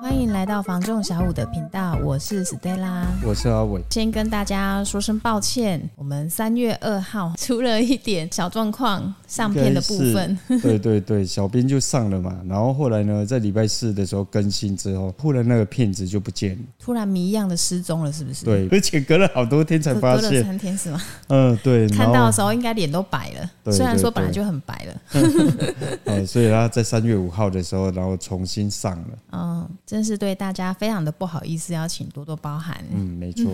欢迎来到房仲小五的频道，我是 Stella。我是阿伟，先跟大家说声抱歉，我们三月二号出了一点小状况，上片的部分。对对对，小编就上了嘛，然后后来呢，在礼拜四的时候更新之后，忽然那个片子就不见了， 突然谜一样的失踪了，是不是？，对，而且隔了好多天才隔发隔了现，三天是吗？嗯，对，看然到后的时候应该脸都白了，对虽然对说本来对就很白了。哎，所以他在三月五号的时候，然后重新上了，嗯，真是对大家非常的不好意思，要请多多包涵。嗯，没 错。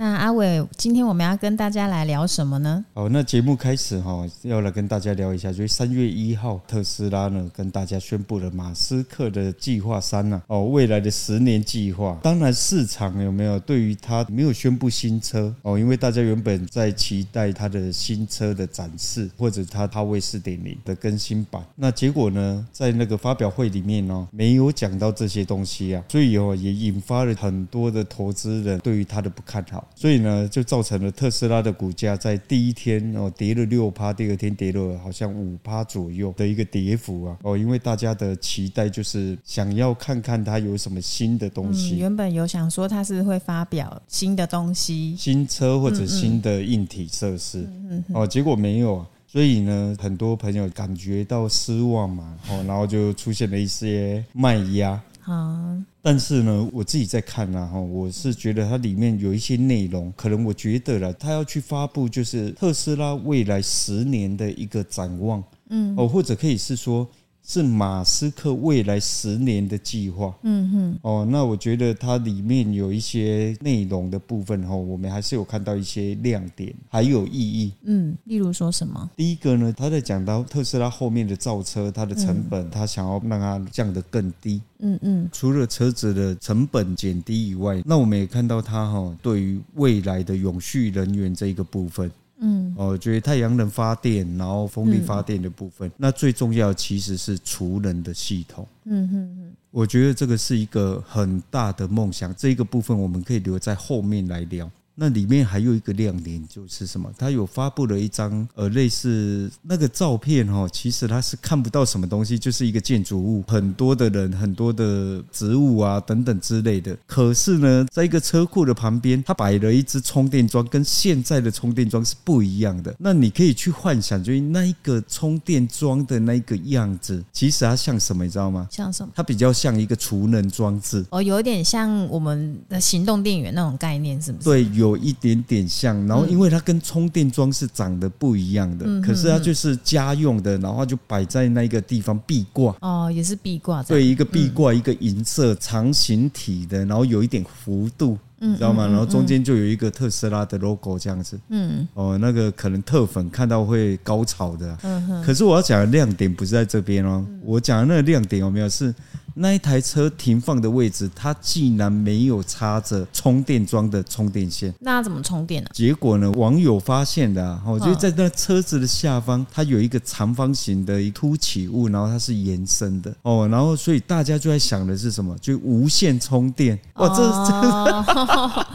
那阿伟，今天我们要跟大家来聊什么呢？好，那节目开始哈，要来跟大家聊一下，就是三月一号，特斯拉呢跟大家宣布了马斯克的计划三呐、哦，未来的十年计划。当然，市场有没有对于它没有宣布新车哦，因为大家原本在期待它的新车的展示，或者它它为四点零的更新版。那结果呢，在那个发表会里面哦，没有讲到这些东西啊，所以哦也引发了很多的投资人对于它的不看好，所以呢就造成了特斯拉的股价在第一天哦跌了六趴，第二天跌了好像五趴左右的一个跌幅啊哦，因为大家的期待就是想要看看它有什么新的东嗯，西。原本有想说他是会发表新的东西，新车或者新的硬体设施，哦，结果没有啊。所以呢，很多朋友感觉到失望嘛，哦，然后就出现了一些卖压。啊，但是呢，我自己在看啦，哈，我是觉得它里面有一些内容，可能我觉得啦，它要去发布就是特斯拉未来十年的一个展望，嗯，哦，或者可以是说是马斯克未来十年的计划，嗯哼，哦，那我觉得它里面有一些内容的部分哈、我们还是有看到一些亮点，还有意义。嗯，例如说什么？第一个呢，他在讲到特斯拉后面的造车，它的成本，他想要让它降得更低。嗯嗯除了车子的成本减低以外，那我们也看到它哈、对于未来的永续能源这一个部分，嗯，哦，就是太阳能发电，然后风力发电的部分。那最重要的其实是储能的系统。嗯哼，我觉得这个是一个很大的梦想，这一个部分我们可以留在后面来聊。那里面还有一个亮点就是什么？它有发布了一张呃类似那个照片哦，其实它是看不到什么东西，就是一个建筑物，很多的人、很多的植物啊等等之类的。可是呢，在一个车库的旁边，它摆了一只充电桩，跟现在的充电桩是不一样的。那你可以去幻想，就是那一个充电桩的那一个样子，其实它像什么，你知道吗？像什么？它比较像一个储能装置。哦，有点像我们的行动电源那种概念，是不是？对，有一点点像，然后因为它跟充电桩是长得不一样的，可是它就是家用的，然后它就摆在那个地方壁挂，哦，也是壁挂这样。对，一个壁挂，一个银色长形体的，然后有一点弧度，你知道吗？然后中间就有一个特斯拉的 logo 这样子，嗯哦，那个可能特粉看到会高潮的啊、嗯可是我要讲的亮点不是在这边哦，我讲的那个亮点有没有是那一台车停放的位置，它竟然没有插着充电桩的充电线。那怎么充电呢、结果呢，网友发现的、啊，哦，嗯就是在那车子的下方，它有一个长方形的一凸起物，然后它是延伸的，哦，然后所以大家就在想的是什么？就无线充电，哇，这这 哦，好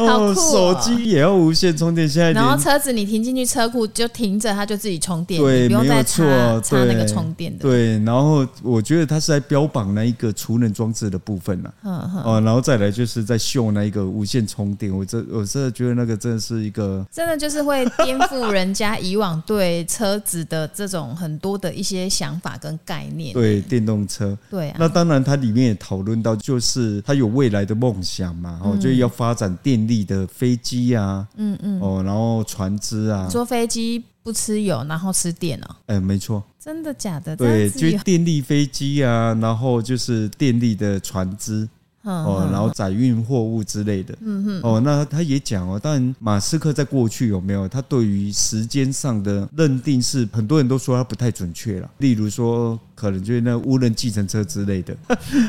哦，酷手哦机也要无线充电，现在然后连车子你停进去车库就停着，它就自己充电，对你不用没有再插错插那个对充电的。对，然后我觉得它是在标榜那一个储能装置的部分啦、嗯哼，哦，然后再来就是在秀那一个无线充电，我这我真的觉得那个真的是一个真的就是会颠覆人家以往对车子的这种很多的一些想法跟概念。对电动车。对啊，那当然，它里面也讨论到，就是它有未来的梦想嘛，哦，就要发展电力的飞机啊，嗯嗯，哦，然后船只啊，坐飞机不吃油，然后吃电哦，哎，没错，真的假的？对，这就样子电力飞机啊，然后就是电力的船只，嗯哦，然后载运货物之类的。嗯哼，哦，那他也讲哦，当然马斯克在过去有没有他对于时间上的认定是很多人都说他不太准确了，例如说可能就是那无人计程车之 类的。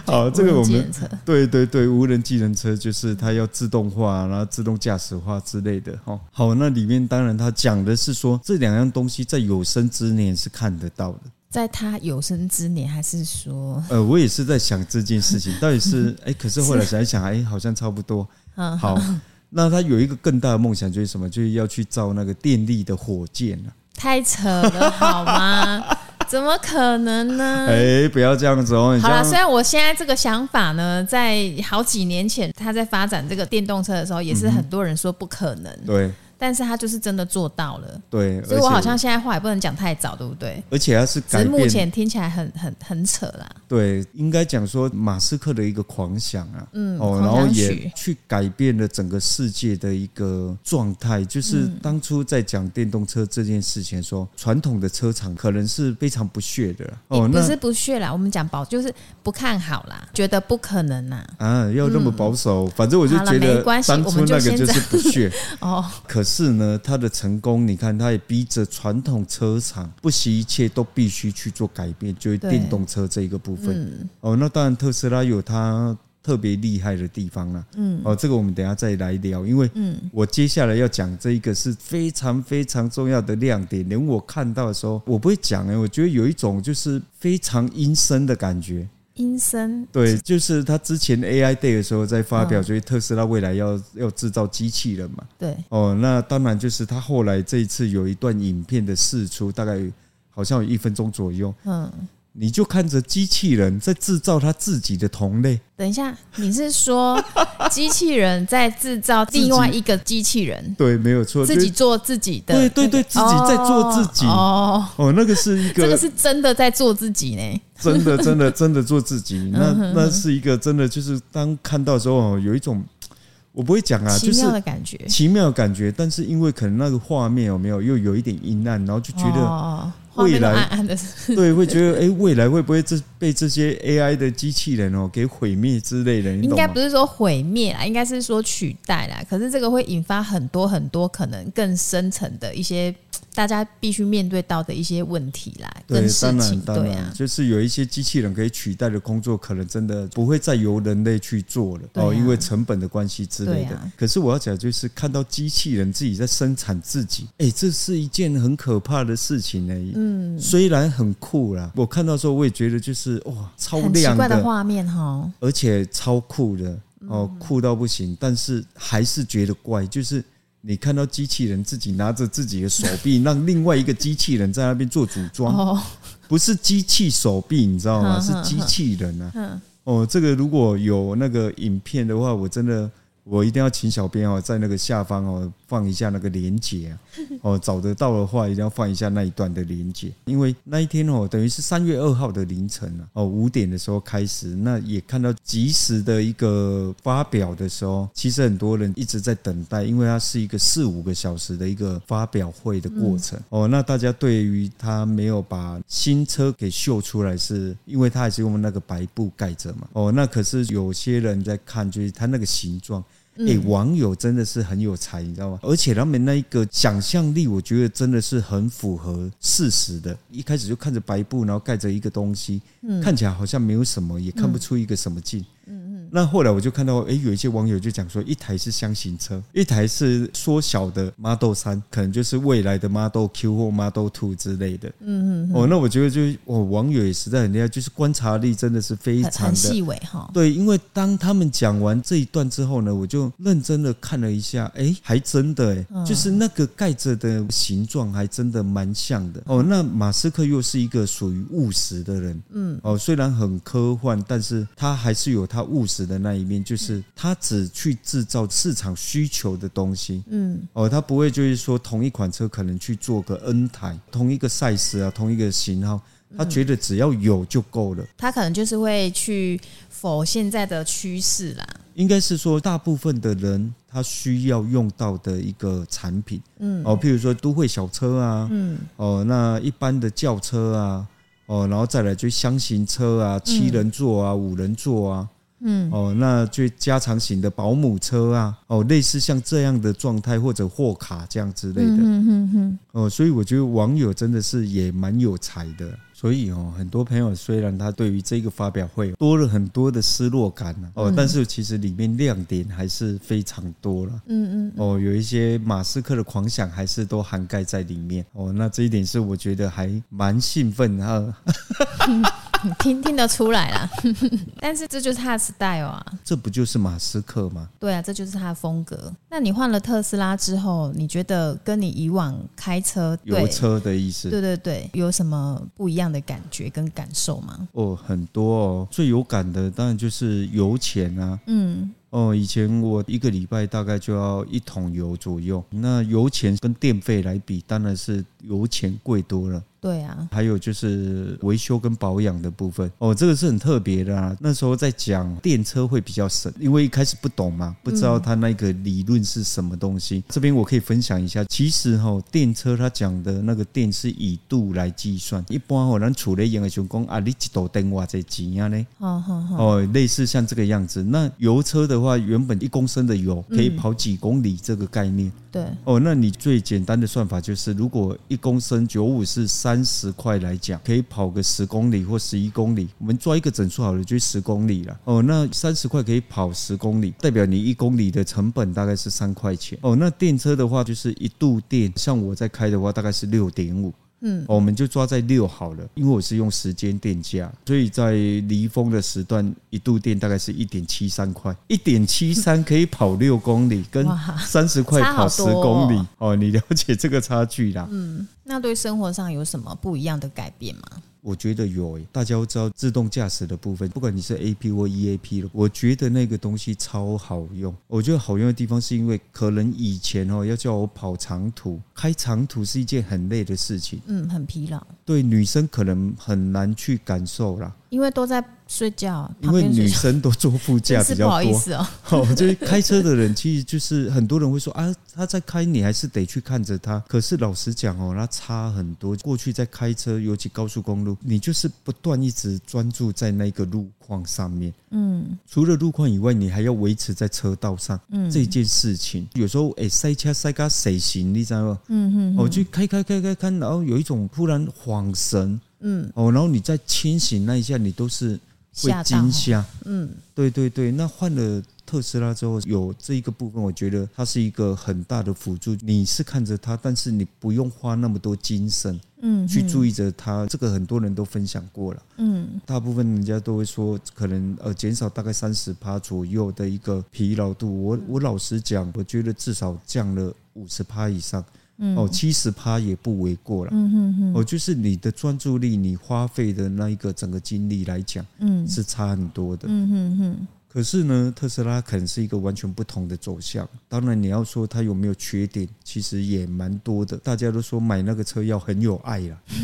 好，这个我无人们检测对对对，无人计程车就是它要自动化，然后自动驾驶化之类的。哈、好，那里面当然他讲的是说这两样东西在有生之年是看得到 的。在他有生之年，还是说，呃，我也是在想这件事情，到底是哎、可是后来想一想，哎、好像差不多。 嗯好，那他有一个更大的梦想就是什么？就是要去造那个电力的火箭啊。太扯了好 吗？怎么可能呢？哎，不要这样子哦，你这嗯好啦，样虽然我现在这个想法呢，在好几年前他在发展这个电动车的时候，也是很多人说不可能，嗯对但是他就是真的做到了。对，所以而我且好像现在话也不能讲太早，对不对？而且它是只改是目变前听起来很很很扯啦。对，应该讲说马斯克的一个狂想啊，嗯哦，狂然想后也曲去改变了整个世界的一个状态。就是嗯当初在讲电动车这件事情的时候，传统的车厂可能是非常不屑的啊也不哦，那是不屑啦，我们讲保就是不看好啦，觉得不可能啦。啊要那么保守，反正我就嗯好了觉得没关系当我初们就那个先就是不屑。哦，可是呢，他的成功，你看，他也逼着传统车厂不惜一切都必须去做改变，就是对电动车这一个部分。哦，那当然特斯拉有它特别厉害的地方啦。嗯，哦，这个我们等一下再来聊，因为我接下来要讲这一个是非常非常重要的亮点，连我看到的时候，我不会讲哎、我觉得有一种就是非常阴森的感觉。阴森对，就是嗯他之前 AI Day 的时候在发表，就是特斯拉未来要要制造机器人嘛。对，哦，那当然就是他后来这一次有一段影片的释出，大概好像有一分钟左右，嗯，你就看着机器人在制造他自己的同类，等一下，你是说机器人在制 造另外一个机器人，对，没有错，自就己做自己的那对个？对对，自己在做自己，哦哦，哦那个是一 这个个是真的在做自己呢。真的真的真的做 自嗯己，那那是一个真的就是当看到的时候，哦有一种我不会讲啊，奇就是妙的感觉，奇妙的感觉，但是因为可能那个画面有没有又有一点阴暗，然后就觉得。哦画面都未来暗暗的， 对，会觉得哎、诶未来会不会这被这些 AI 的机器人哦给毁灭之类的？你应懂该吗不？是说毁灭啦，应该是说取代啦。可是这个会引发很多很多可能更深层的一些大家必须面对到的一些问题啦，对跟，事当然情，当对然，啊，就是有一些机器人可以取代的工作，可能真的不会再由人类去做了、对啊哦，因为成本的关系之类的。对啊可是我要讲就是看到机器人自己在生产自己，哎、这是一件很可怕的事情呢、嗯，虽然很酷啦，我看到的时候我也觉得就是哇，超很奇亮怪的画面嗯哈。而且超酷的哦，酷到不行，但是还是觉得怪，就是你看到机器人自己拿着自己的手 臂，让另外一个机器人在那边做组装，哦，不是机器手臂，你知道吗？哼是哼机器人啊。嗯，哦，这个如果有那个影片的话，我真的我一定要请小编哦，在那个下方哦放一下那个连接、啊、哦，找得到的话一定要放一下那一段的连接，因为那一天哦，等于是三月二号的凌晨啊，哦五点的时候开始，那也看到及时的一个发表的时候，其实很多人一直在等待，因为它是一个四五个小时的一个发表会的过程、哦，那大家对于它没有把新车给秀出来是，因为它还是用那个白布盖着嘛，哦，那可是有些人在看，就是它那个形状。哎、网友真的是很有才，你知道吗？而且他们那一个想象力，我觉得真的是很符合事实的。一开始就看着白布，然后盖着一个东西，看起来好像没有什么，也看不出一个什么劲。嗯嗯。那后来我就看到，哎、有一些网友就讲说，一台是箱型车，一台是缩小的 Model 三，可能就是未来的 Model Q 或 Model Two 之类的。嗯嗯。哦，那我觉得就是，哦，网友也实在很厉害，就是观察力真的是非很常很的细微哈。对，因为当他们讲完这一段之后呢，我就认真的看了一下，哎，还真的哎、就是那个盖着的形状还真的蛮像的哦。那马斯克又是一个属于务实的人，嗯，哦，虽然很科幻，但是他还是有他务实的那一面，就是他只去制造市场需求的东西，嗯，哦，它不会就是说同一款车可能去做个 N 台，同一个 size 啊，同一个型号，他觉得只要有就够了。他可能就是会去否现在的趋势啦。应该是说，大部分的人他需要用到的一个产品，嗯，哦，譬如说都会小车啊，嗯，哦，那一般的轿车啊，哦，然后再来就箱型车啊，七人座啊，五人座啊，嗯，哦，那就加长型的保姆车啊，哦，类似像这样的状态或者货卡这样之类的，嗯哼哼，哦，所以我觉得网友真的是也蛮有才的。所以哦，很多朋友虽然他对于这个发表会多了很多的失落感啊嗯哦，但是其实里面亮点还是非常多了。嗯嗯，哦，有一些马斯克的狂想还是都涵盖在里面哦。那这一点是我觉得还蛮兴奋啊，你听听得出来啦。 但是这就是他的 style 啊，这不就是马斯克吗？对啊，这就是他的风格。那你换了特斯拉之后，你觉得跟你以往开车油对车的意思。对对对有什么不一样的感觉跟感受吗？哦，很多哦，最有感的当然就是油钱啊。嗯，哦，以前我一个礼拜大概就要一桶油左右，那油钱跟电费来比，当然是油钱贵多了。对啊，还有就是维修跟保养的部分哦，这个是很特别的啊。那时候在讲电车会比较省，因为一开始不懂嘛，不知道它那个理论是什么东西。这边我可以分享一下，其实哈、哦，电车它讲的那个电是以度来计算，一般哦，咱厝内用的就讲啊，你一度电偌这钱啊呢？好好好，哦，类似像这个样子。那油车的话，原本一公升的油可以嗯跑几公里，这个概念。对，哦，那你最简单的算法就是，如果一公升九五是三十块来讲，可以跑个十公里或十一公里，我们抓一个整数好了，就是十公里了。哦，那三十块可以跑十公里，代表你一公里的成本大概是三块钱。哦，那电车的话就是一度电，像我在开的话大概是六点五。嗯哦，我们就抓在六好了，因为我是用时间电价，所以在离峰的时段，一度电大概是一点七三块，一点七三可以跑六公里，跟哇三十块差好跑十公里多哦你了解这个差距啦。那对生活上有什么不一样的改变吗？我觉得有诶、大家都知道自动驾驶的部分，不管你是 A P 或 E A P 了，我觉得那个东西超好用。我觉得好用的地方是因为可能以前哦要叫我跑长途，开长途是一件很累的事情，嗯，很疲劳，对女生可能很难去感受啦，因为都在睡觉，因旁为边睡女觉生都坐副驾真是比不较好意多。思哦。 哦，就是开车的人，其实就是很多人会说啊，他在开，你还是得去看着他。可是老实讲哦，那差很多。过去在开车，尤其高速公路，你就是不断一直专注在那个路况上面。嗯除了路况以外，你还要维持在车道上、嗯这件事情。有时候，哎、塞车塞个谁行，你知道吗？嗯嗯哦，就开开开开开，然后有一种突然恍神嗯，哦，然后你在清醒那一下，你都是会吓到哦惊，吓。嗯对对对，那换了特斯拉之后，有这一个部分，我觉得它是一个很大的辅助。你是看着它，但是你不用花那么多精神嗯，去注意，意着它。这个很多人都分享过了，嗯大部分人家都会说，可能呃减少大概三十趴左右的一个疲劳度。嗯我我老实讲，我觉得至少降了五十趴以上，嗯哦，七十趴也不为过了。嗯嗯嗯哦，就是你的专注力，你花费的那一个整个精力来讲，嗯是差很多的。嗯嗯嗯，可是呢，特斯拉可能是一个完全不同的走向。当然，你要说它有没有缺点，其实也蛮多的。大家都说买那个车要很有爱啦，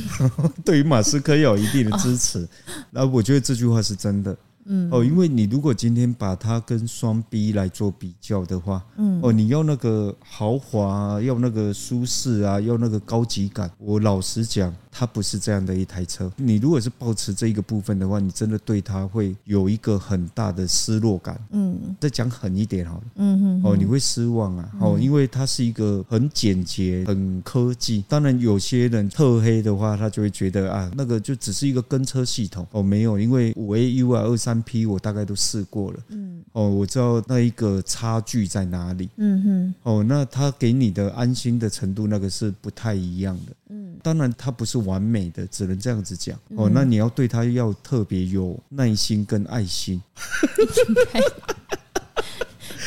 对于马斯克要有一定的支持。那我觉得这句话是真的。嗯哦，因为你如果今天把它跟双 B 来做比较的话，嗯哦，你要那个豪华啊、要那个舒适啊，要那个高级感，我老实讲，它不是这样的一台车。你如果是保持这一个部分的话，你真的对它会有一个很大的失落感。嗯再讲狠一点好了，嗯嗯嗯哦，你会失望啊，哦，因为它是一个很简洁、很科技。当然，有些人特黑的话，他就会觉得啊，那个就只是一个跟车系统。哦，没有，因为五 A U 啊、二三 P 我大概都试过了，嗯哦，我知道那一个差距在哪里。嗯哦，那它给你的安心的程度，那个是不太一样的。嗯当然，它不是完美的，只能这样子讲。哦，那你要对它要特别有耐心跟爱 心。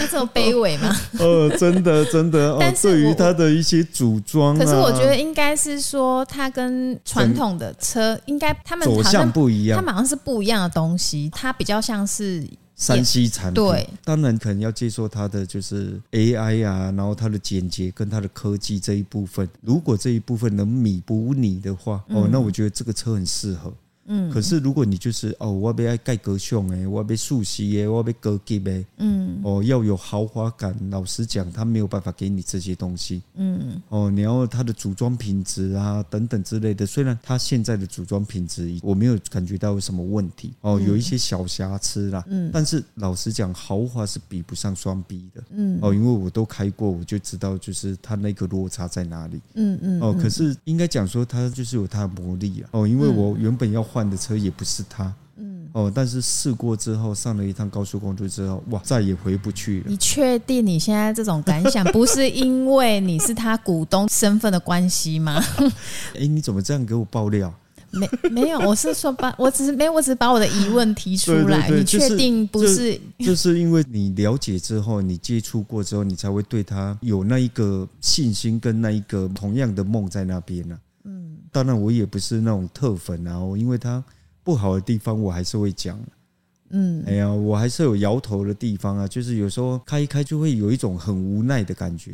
那这么卑微吗？哦，真的，真的。哦但，是对于我它的一些组装、啊，可是我觉得应该是说，它跟传统的车应该他们走好向像不一他样们。好像是不一样的东西，它比较像是山西产品，对，当然可能要接受它的就是 AI 啊，然后它的简洁跟它的科技这一部分。如果这一部分能弥补你的话，哦，那我觉得这个车很适合。嗯可是如果你就是哦，我要爱盖格胸诶，我要素食诶，我要高级诶，嗯哦，要有豪华感。老实讲，他没有办法给你这些东西。嗯哦，你要它的组装品质啊等等之类的。虽然它现在的组装品质我没有感觉到有什么问题哦，有一些小瑕疵啦。嗯但是老实讲，豪华是比不上双 B 的嗯哦，因为我都开过，我就知道就是它那个落差在哪里嗯嗯哦。可是应该讲说它就是有它的魔力啊哦，因为我原本要换的车也不是它。嗯，哦，但是试过之后，上了一趟高速公路之后，哇，再也回不去了。你确定你现在这种感想不是因 为你是他股东身份的关系吗？哎、你怎么这样给我爆料？没没有，我是说把，我只是没有，我只是把我的疑问提出来。对对对你就是确定不？就是 就是因为你了解之后，你接触过之后，你才会对他有那一个信心跟那一个同样的梦在那边呢、嗯，当然我也不是那种特粉啊，我因为他不好的地方我还是会讲。嗯，哎呀，我还是有摇头的地方啊，就是有时候开一开就会有一种很无奈的感觉。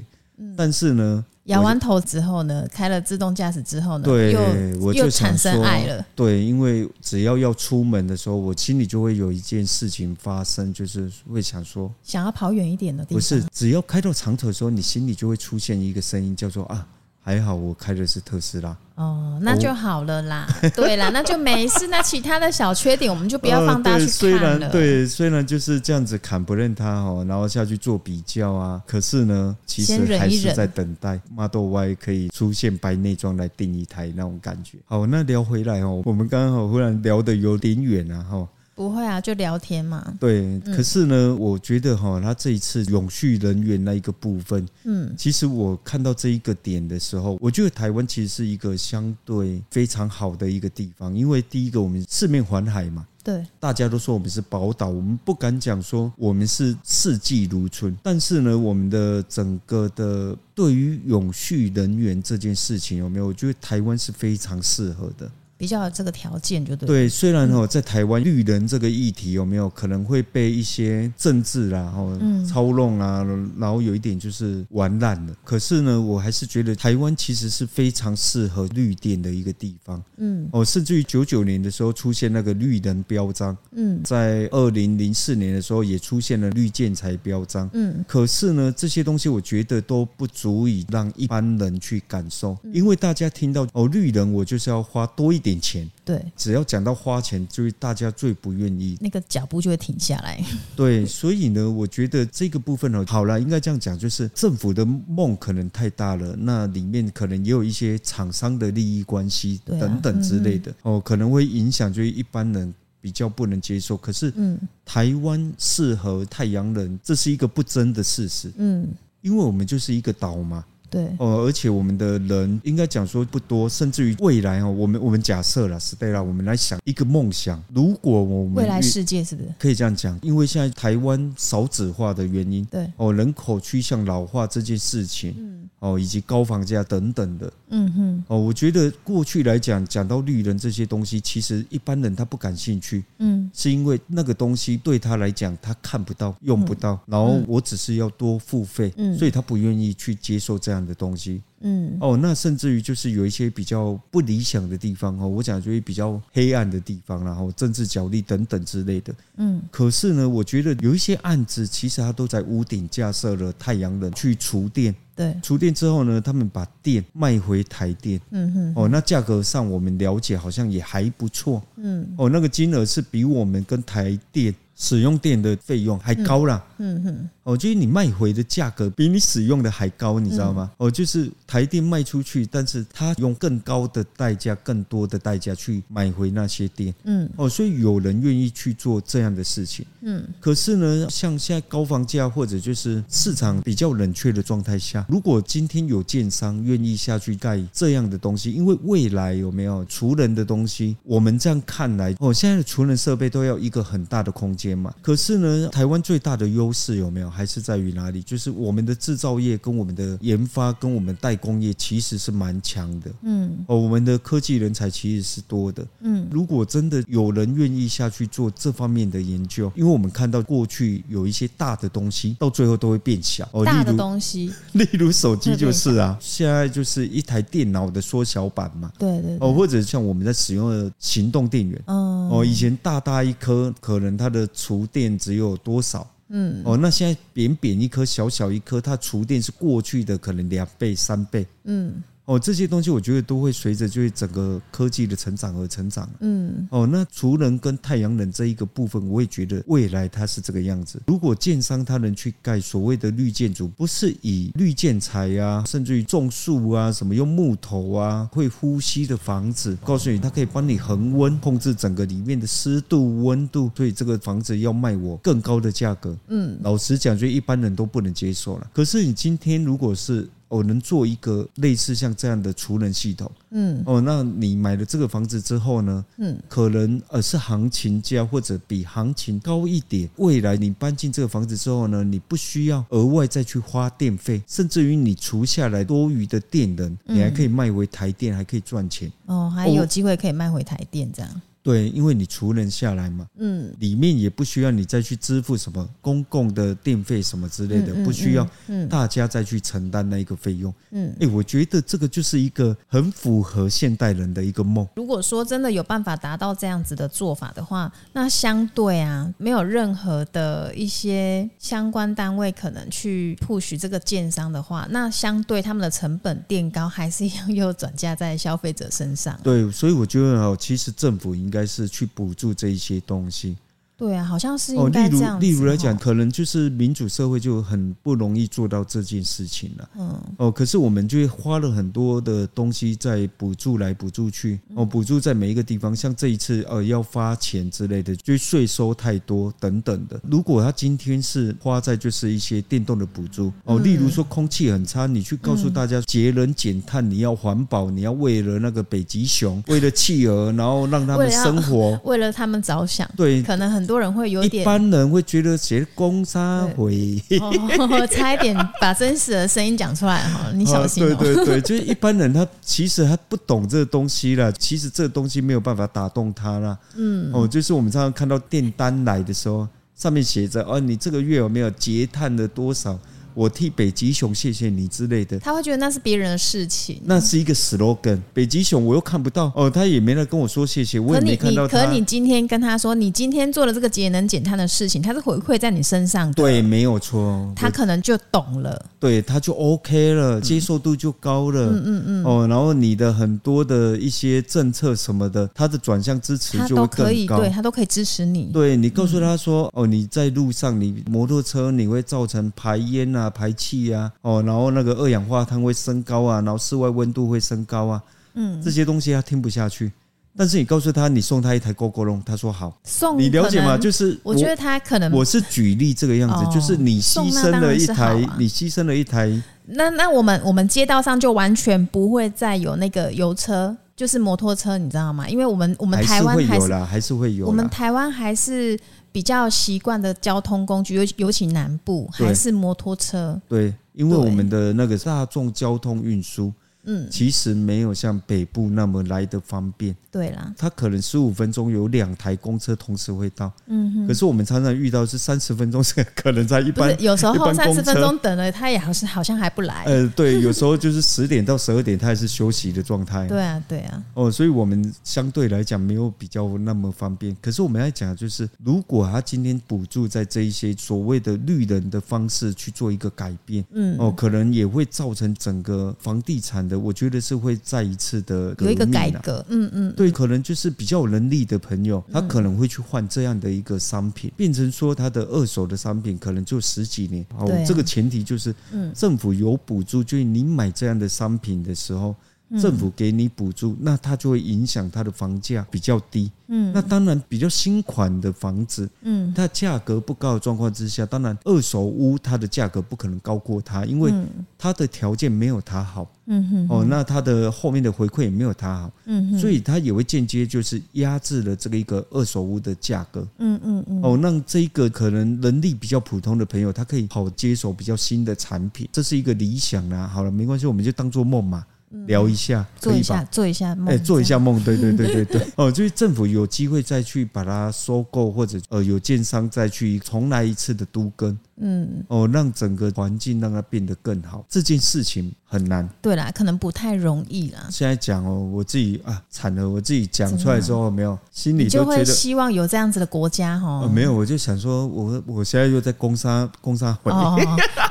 但是呢，摇完头之后呢，开了自动驾驶之后呢，对，又我就又想产生说爱了。对，因为只要要出门的时候，我心里就会有一件事情发生，就是会想说，想要跑远一点的地方。不是，只要开到长途的时候，你心里就会出现一个声音，叫做啊，还好我开的是特斯拉，哦，那就好了啦。 对啦，那就没事。那其他的小缺点，我们就不要呃放大对去虽看了。然对，虽然就是这样子砍不认他哦，然后下去做比较啊，可是呢，其实先忍一还是忍在等待 Model Y 可以出现白内装来定一台那种感觉。好，那聊回来哦，我们刚好忽然聊得有点远啊哈、哦。不会啊，就聊天嘛。对，可是呢，我觉得哈、他这一次永续人员那一个部分，嗯，其实我看到这一个点的时候，我觉得台湾其实是一个相对非常好的一个地方，因为第一个我们四面环海嘛，对，大家都说我们是宝岛，我们不敢讲说我们是四季如春，但是呢，我们的整个的对于永续能源这件事情有没有？我觉得台湾是非常适合的。比较有这个条件就对。，对，虽然哦，在台湾绿人这个议题有没有可能会被一些政治啦、哦嗯操弄啊，然后有一点就是玩烂了。可是呢，我还是觉得台湾其实是非常适合绿电的一个地方嗯哦。甚至于九九年的时候出现那个绿能标章，嗯在二零零四年的时候也出现了绿建材标章。嗯可是呢，这些东西我觉得都不足以让一般人去感受，因为大家听到哦，绿人我就是要花多一点钱，对，只要讲到花钱，就是大家最不愿意。那个脚步就会停下来。对，所以呢，我觉得这个部分呢，好了，应该这样讲，就是政府的梦可能太大了，那里面可能也有一些厂商的利益关系对啊嗯等等之类的，哦，可能会影响就是一般人。比较不能接受，可是嗯台湾适合太阳人，这是一个不争的事实，嗯，因为我们就是一个岛嘛，对，哦，而且我们的人应该讲说不多，甚至于未来哦，我们我们假设了 Stella，我们来想一个梦想，如果我们未来遇世界是不是？可以这样讲，因为现在台湾少子化的原因，对，哦，人口趋向老化这件事情，哦，以及高房价等等的，嗯哼，哦，我觉得过去来讲，讲到绿人这些东西，其实一般人他不感兴趣，嗯是因为那个东西对他来讲，他看不到、用不到，然后我只是要多付费，嗯所以他不愿意去接受这样的东西。嗯哦，那甚至于就是有一些比较不理想的地方哦，我讲就是比较黑暗的地方，然后政治角力等等之类的。嗯，可是呢，我觉得有一些案子其实它都在屋顶架设了太阳能去厨电，对，厨电之后呢，他们把电卖回台电。嗯哼，哦，那价格上我们了解好像也还不错嗯哦，那个金额是比我们跟台电使用电的费用还高啦。嗯哼，哦，就是你卖回的价格比你使用的还高，你知道吗？嗯哦，就是台电卖出去，但是他用更高的代价、更多的代价去买回那些电。嗯哦，所以有人愿意去做这样的事情。嗯可是呢，像现在高房价或者就是市场比较冷却的状态下，如果今天有建商愿意下去盖这样的东西，因为未来有没有除人的东西，我们这样看来，哦，现在的除人设备都要一个很大的空间嘛。可是呢，台湾最大的优势有没有，还是在于哪里？就是我们的制造业跟我们的研发跟我们代工业其实是蛮强的。嗯哦，我们的科技人才其实是多的。嗯，如果真的有人愿意下去做这方面的研究，因为我们看到过去有一些大的东西，到最后都会变小哦，大例的如东西，例如手机就是啊，现在就是一台电脑的缩小版嘛，对对哦，对，或者像我们在使用的行动电源。嗯哦，以前大大一颗，可能它的厨电只有多少？嗯哦，那现在扁扁一颗，小小一颗，它厨电是过去的可能两倍、三倍。嗯哦，这些东西我觉得都会随着就是整个科技的成长而成长。嗯哦，那除人跟太阳能这一个部分，我也觉得未来它是这个样子。如果建商他能去盖所谓的绿建筑，不是以绿建材啊，甚至于种树啊，什么用木头啊，会呼吸的房子，告诉你它可以帮你恒温，控制整个里面的湿度、温度，所以这个房子要卖我更高的价格。嗯老实讲，就一般人都不能接受了。可是你今天如果是哦，能做一个类似像这样的储能系统，嗯，哦，那你买了这个房子之后呢，嗯，可能呃是行情价或者比行情高一点，未来你搬进这个房子之后呢，你不需要额外再去花电费，甚至于你除下来多余的电能，你还可以卖回台电，还可以赚钱。哦，还有机会可以卖回台电这样。对，因为你储能下来嘛，嗯，里面也不需要你再去支付什么公共的电费什么之类的，不需要大家再去承担那一个费用。嗯，哎、我觉得这个就是一个很符合现代人的一个梦。如果说真的有办法达到这样子的做法的话，那相对啊，没有任何的一些相关单位可能去 push 这个建商的话，那相对他们的成本垫高，还是要又转嫁在消费者身上。对，所以我觉得哦，其实政府应该是去补助这一些东西 对啊，好像是哦。应例该这如，样子例如来讲，哦，可能就是民主社会就很不容易做到这件事情了。嗯，哦，可是我们就会花了很多的东西在补助来补助去，嗯哦，补助在每一个地方，像这一次呃要发钱之类的，就是税收太多等等的。如果他今天是花在就是一些电动的补助，哦，嗯例如说空气很差，你去告诉大家节能减碳，你要环保，你要为了那个北极熊，为了企鹅，然后让他为了们要生活。为了他们着想， 对，可能很多人会有 一点。般人会觉得写工杀回，哦，差一点把真实的声音讲出来哈，你小心啊对哦。对 对，就是一般人他其实他不懂这个东西啦，其实这个东西没有办法打动他啦。嗯，哦，就是我们常常看到订单来的时候，上面写着哦，你这个月有没有截碳了多少？我替北极熊谢谢你之类的。他会觉得那是别人的事情，那是一个 slogan，北极熊我又看不到哦，他也没来跟我说谢谢，我可也没你看你到他。可你今天跟他说，你今天做了这个节能减碳的事情，他是回馈在你身上的，对，没有错，他可能就懂了。对，他就 OK 嗯了，接受度就高了，嗯嗯嗯，哦，然后你的很多的一些政策什么的，他的转向支持他就都会可更以，高。对他嗯都可以支持你。对你告诉他说，哦，你在路上，你摩托车你会造成排烟啊、排气啊，哦，然后那个二氧化碳会升高啊，然后室外温度会升高啊，嗯，这些东西他听不下去。但是你告诉他，你送他一台 GoGo 龙，他说好，送你了解可吗？能就是我觉得他可能我是举例这个样子，哦就是你送牺那牲当了然一是好台，啊你牺牲了一台那那我们我们街道上就完全不会再有那个油车，就是摩托车，你知道吗？因为我们我们还台是湾会还有是啦，还是会有我们啦。台湾还是比较习惯的交通工具，尤尤其南部对还是摩托车。对，因为我对们的那个大众交通运输，嗯，其实没有像北部那么来的方便。对啦，它可能十五分钟有两台公车同时会到，嗯，可是我们常常遇到是三十分钟， 是可能才一不是班，有时一候般三公十车分钟等了，他也好像好像还不来。呃，对，有时候就是十点到十二点，它还是休息的状态。对啊，对啊，哦，所以我们相对来讲没有比较那么方便。可是我们要讲的就是，如果他今天补助在这一些所谓的绿人的方式去做一个改变，嗯，哦，可能也会造成整个房地产的，我觉得是会再一次的有一个革命改啊。革，嗯嗯，对，可能就是比较有能力的朋友，他可能会去换这样的一个商品，变成说他的二手的商品可能就十几年。好对啊，这个前提就是政府有补助，就是你买这样的商品的时候。政府给你补助，那它就会影响它的房价比较低。嗯，那当然比较新款的房子，嗯，它价格不高的状况之下，当然二手屋它的价格不可能高过它，因为它的条件没有它好。嗯哼嗯哦，那它的后面的回馈也没有它好。所以它也会间接就是压制了这个一个二手屋的价格。嗯嗯嗯。哦，让这个可能能力比较普通的朋友，他可以好接手比较新的产品，这是一个理想啦。好了，没关系，我们就当做梦嘛，聊嗯一下，做可以一吧下？做一下梦，哎、做一下梦，对对对对 对，哦，就是政府有机会再去把它收购，或者呃有建商再去重来一次的都更，嗯，哦，让整个环境让它变得更好，这件事情很难。对啦，可能不太容易啦，现在讲哦，我自己啊，惨了，我自己讲出来之后，没有心里你就都会觉得、希望有这样子的国家呃哈。没有，我就想说我我现在又在攻杀攻杀回。哦，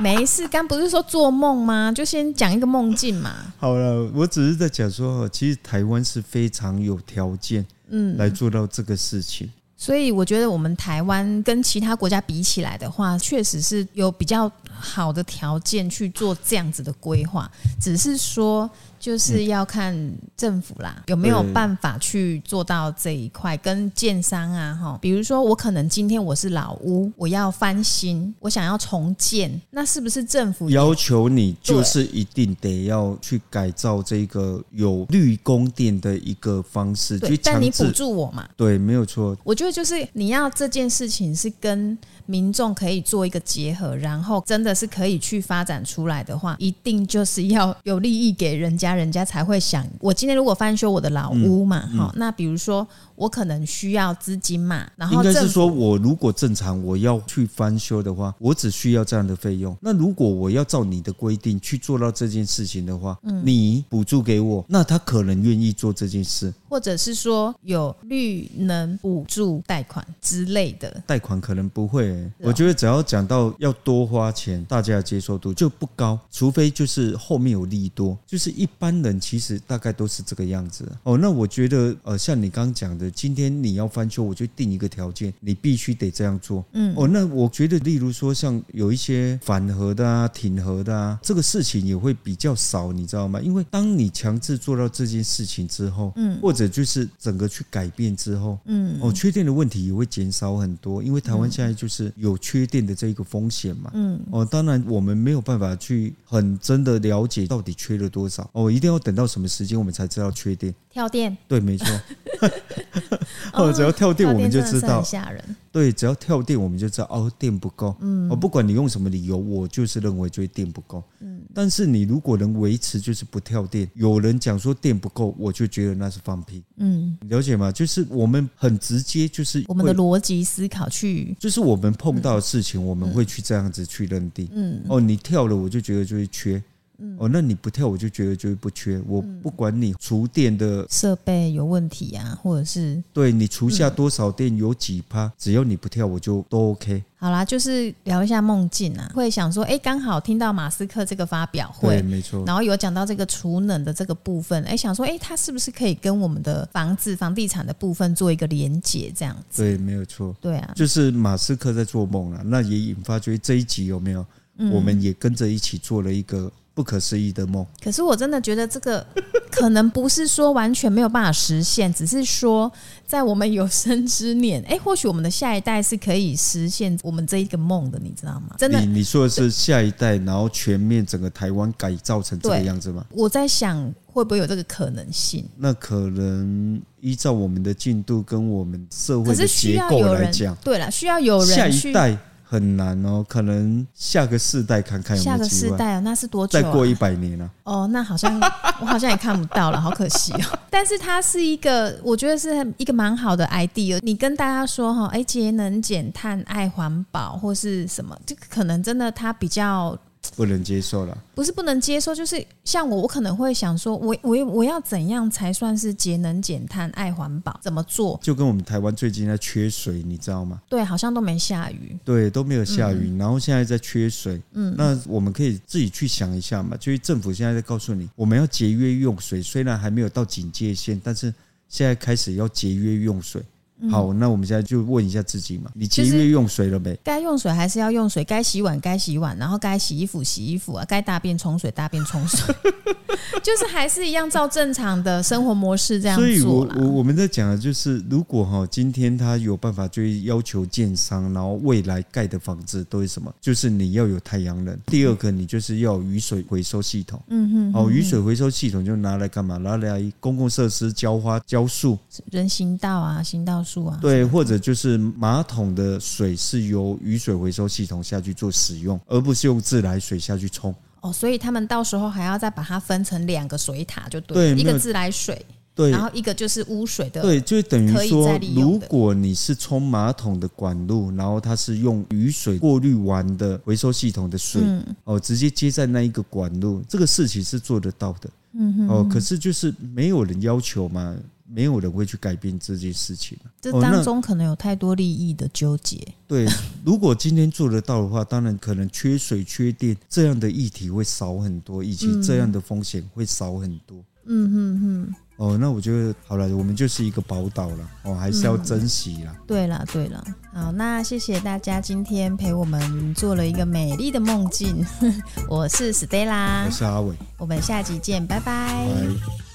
没事，刚不是说做梦吗？就先讲一个梦境嘛。好了，我只是在讲说，其实台湾是非常有条件，嗯，来做到这个事情。所以我觉得我们台湾跟其他国家比起来的话，确实是有比较好的条件去做这样子的规划，只是说嗯就是要看政府啦，有没有对办法去做到这一块，跟建商啊，哈，比如说我可能今天我是老屋，我要翻新，我想要重建，那是不是政府要求你就是一定得要去改造这个有绿供电的一个方式，对去？但你强补制。助我嘛？对，没有错，我觉得就是你要这件事情是跟民众可以做一个结合，然后真的是可以去发展出来的话，一定就是要有利益给人家，人家才会想。我今天如果翻修我的老屋嘛，嗯哈、那比如说我可能需要资金嘛，然应后该政是府说，我如果正常我要去翻修的话，我只需要这样的费用。那如果我要照你的规定去做到这件事情的话，嗯你补助给我，那他可能愿意做这件事，或者是说有绿能补助贷款之类的，贷款可能不会欸、我觉得只要讲到要多花钱，大家的接受度就不高，除非就是后面有利多，就是一般人其实大概都是这个样子。哦，那我觉得呃，像你刚刚讲的，今天你要翻修，我就定一个条件，你必须得这样做。嗯，哦，那我觉得例如说像有一些反核的啊、挺核的啊，这个事情也会比较少，你知道吗？因为当你强制做到这件事情之后，嗯，或者就是整个去改变之后，嗯，哦，缺电的问题也会减少很多，因为台湾现在就是有缺电的这一个风险嘛，嗯，哦，当然我们没有办法去很真的了解到底缺了多少，哦，一定要等到什么时间我们才知道缺电，跳电，对，没 错，哦，只要跳电跳我们电就真的知是很道，吓人。对，只要跳电，我们就知道哦，电不够。嗯，哦，不管你用什么理由，我就是认为就是电不够。嗯，但是你如果能维持就是不跳电，有人讲说电不够，我就觉得那是放屁，嗯，你了解吗？就是我们很直接，就是我们的会逻辑思考去就是我们碰到的事情，我们会去这样子去认定。嗯，哦，你跳了，我就觉得就是缺。哦，那你不跳，我就觉得就是不缺。嗯我不管你厨电的，设备有问题啊，或者是对你除下嗯多少电有几趴，只要你不跳，我就都 OK。好啦，就是聊一下梦境啊，会想说，哎、刚好听到马斯克这个发表对，会。没错。然后有讲到这个储能的这个部分，哎、想说，哎、它是不是可以跟我们的房子、房地产的部分做一个连结，这样子？对，没有错，对啊，就是马斯克在做梦了，那也引发觉得这一集有没有？嗯我们也跟着一起做了一个不可思议的梦。可是我真的觉得这个可能不是说完全没有办法实现，只是说在我们有生之年，哎、或许我们的下一代是可以实现我们这一个梦的，你知道吗？真的你，你说的是下一代，然后全面整个台湾改造成这个对样子吗？我在想会不会有这个可能性？那可能依照我们的进度跟我们社可会是的需结要构有来人讲，，对了，需要有下人去一代很难哦，可能下个世代看看有没下有个机世会。代啊，那是多久、再啊？过一百年啊，哦，那好像我好像也看不到了，好可惜哦。 但是它是一个，我觉得是一个蛮好的 idea。你跟大家说哈，哎、节能减碳、爱环保或是什么，这个可能真的它比较。不能接受了。不是不能接受，就是像我，我可能会想说，我我我要怎样才算是节能减碳、爱环保？怎么做？就跟我们台湾最近在缺水，你知道吗？对，好像都没下雨。对，都没有下雨，嗯然后现在在缺水，嗯，那我们可以自己去想一下嘛。就是政府现在在告诉你，我们要节约用水，虽然还没有到警戒线，但是现在开始要节约用水。嗯好，那我们现在就问一下自己嘛，你节就是约用水了没？该用水还是要用水，该洗碗该洗碗，然后该洗衣服洗衣服啊，该大便冲水大便冲水，就是还是一样照正常的生活模式这样所以做我啦。我我们在讲的就是，如果哈、今天他有办法就是要求建商，然后未来盖的房子都是什么？就是你要有太阳能，第二个你就是要有雨水回收系统。嗯哼，哦，雨水回收系统就拿来干嘛？拿来公共设施浇花、浇树，人行道啊，行道树啊，对，或者就是马桶的水是由雨水回收系统下去做使用，而不是用自来水下去冲。哦，所以他们到时候还要再把它分成两个水塔，就对了，对一没个有自来水，对，然后一个就是污水的，对，就等可于以说再利，用如的果你是冲马桶的管路，然后它是用雨水过滤完的回收系统的水，嗯哦，直接接在那一个管路，这个事情是做得到的。嗯哼哦，可是就是没有人要求嘛，没有人会去改变这件事情。这哦当那中可能有太多利益的纠结。对，如果今天做得到的话，当然可能缺水、缺电这样的议题会少很多，以及这样的风险会少很多。嗯哼哼。哦，那我觉得好了，我们就是一个宝岛了，哦，还是要珍惜啦。对啦，对啦，好，那谢谢大家今天陪我们做了一个美丽的 梦境。我是 Stella，嗯我是阿伟，我们下集见，拜拜拜。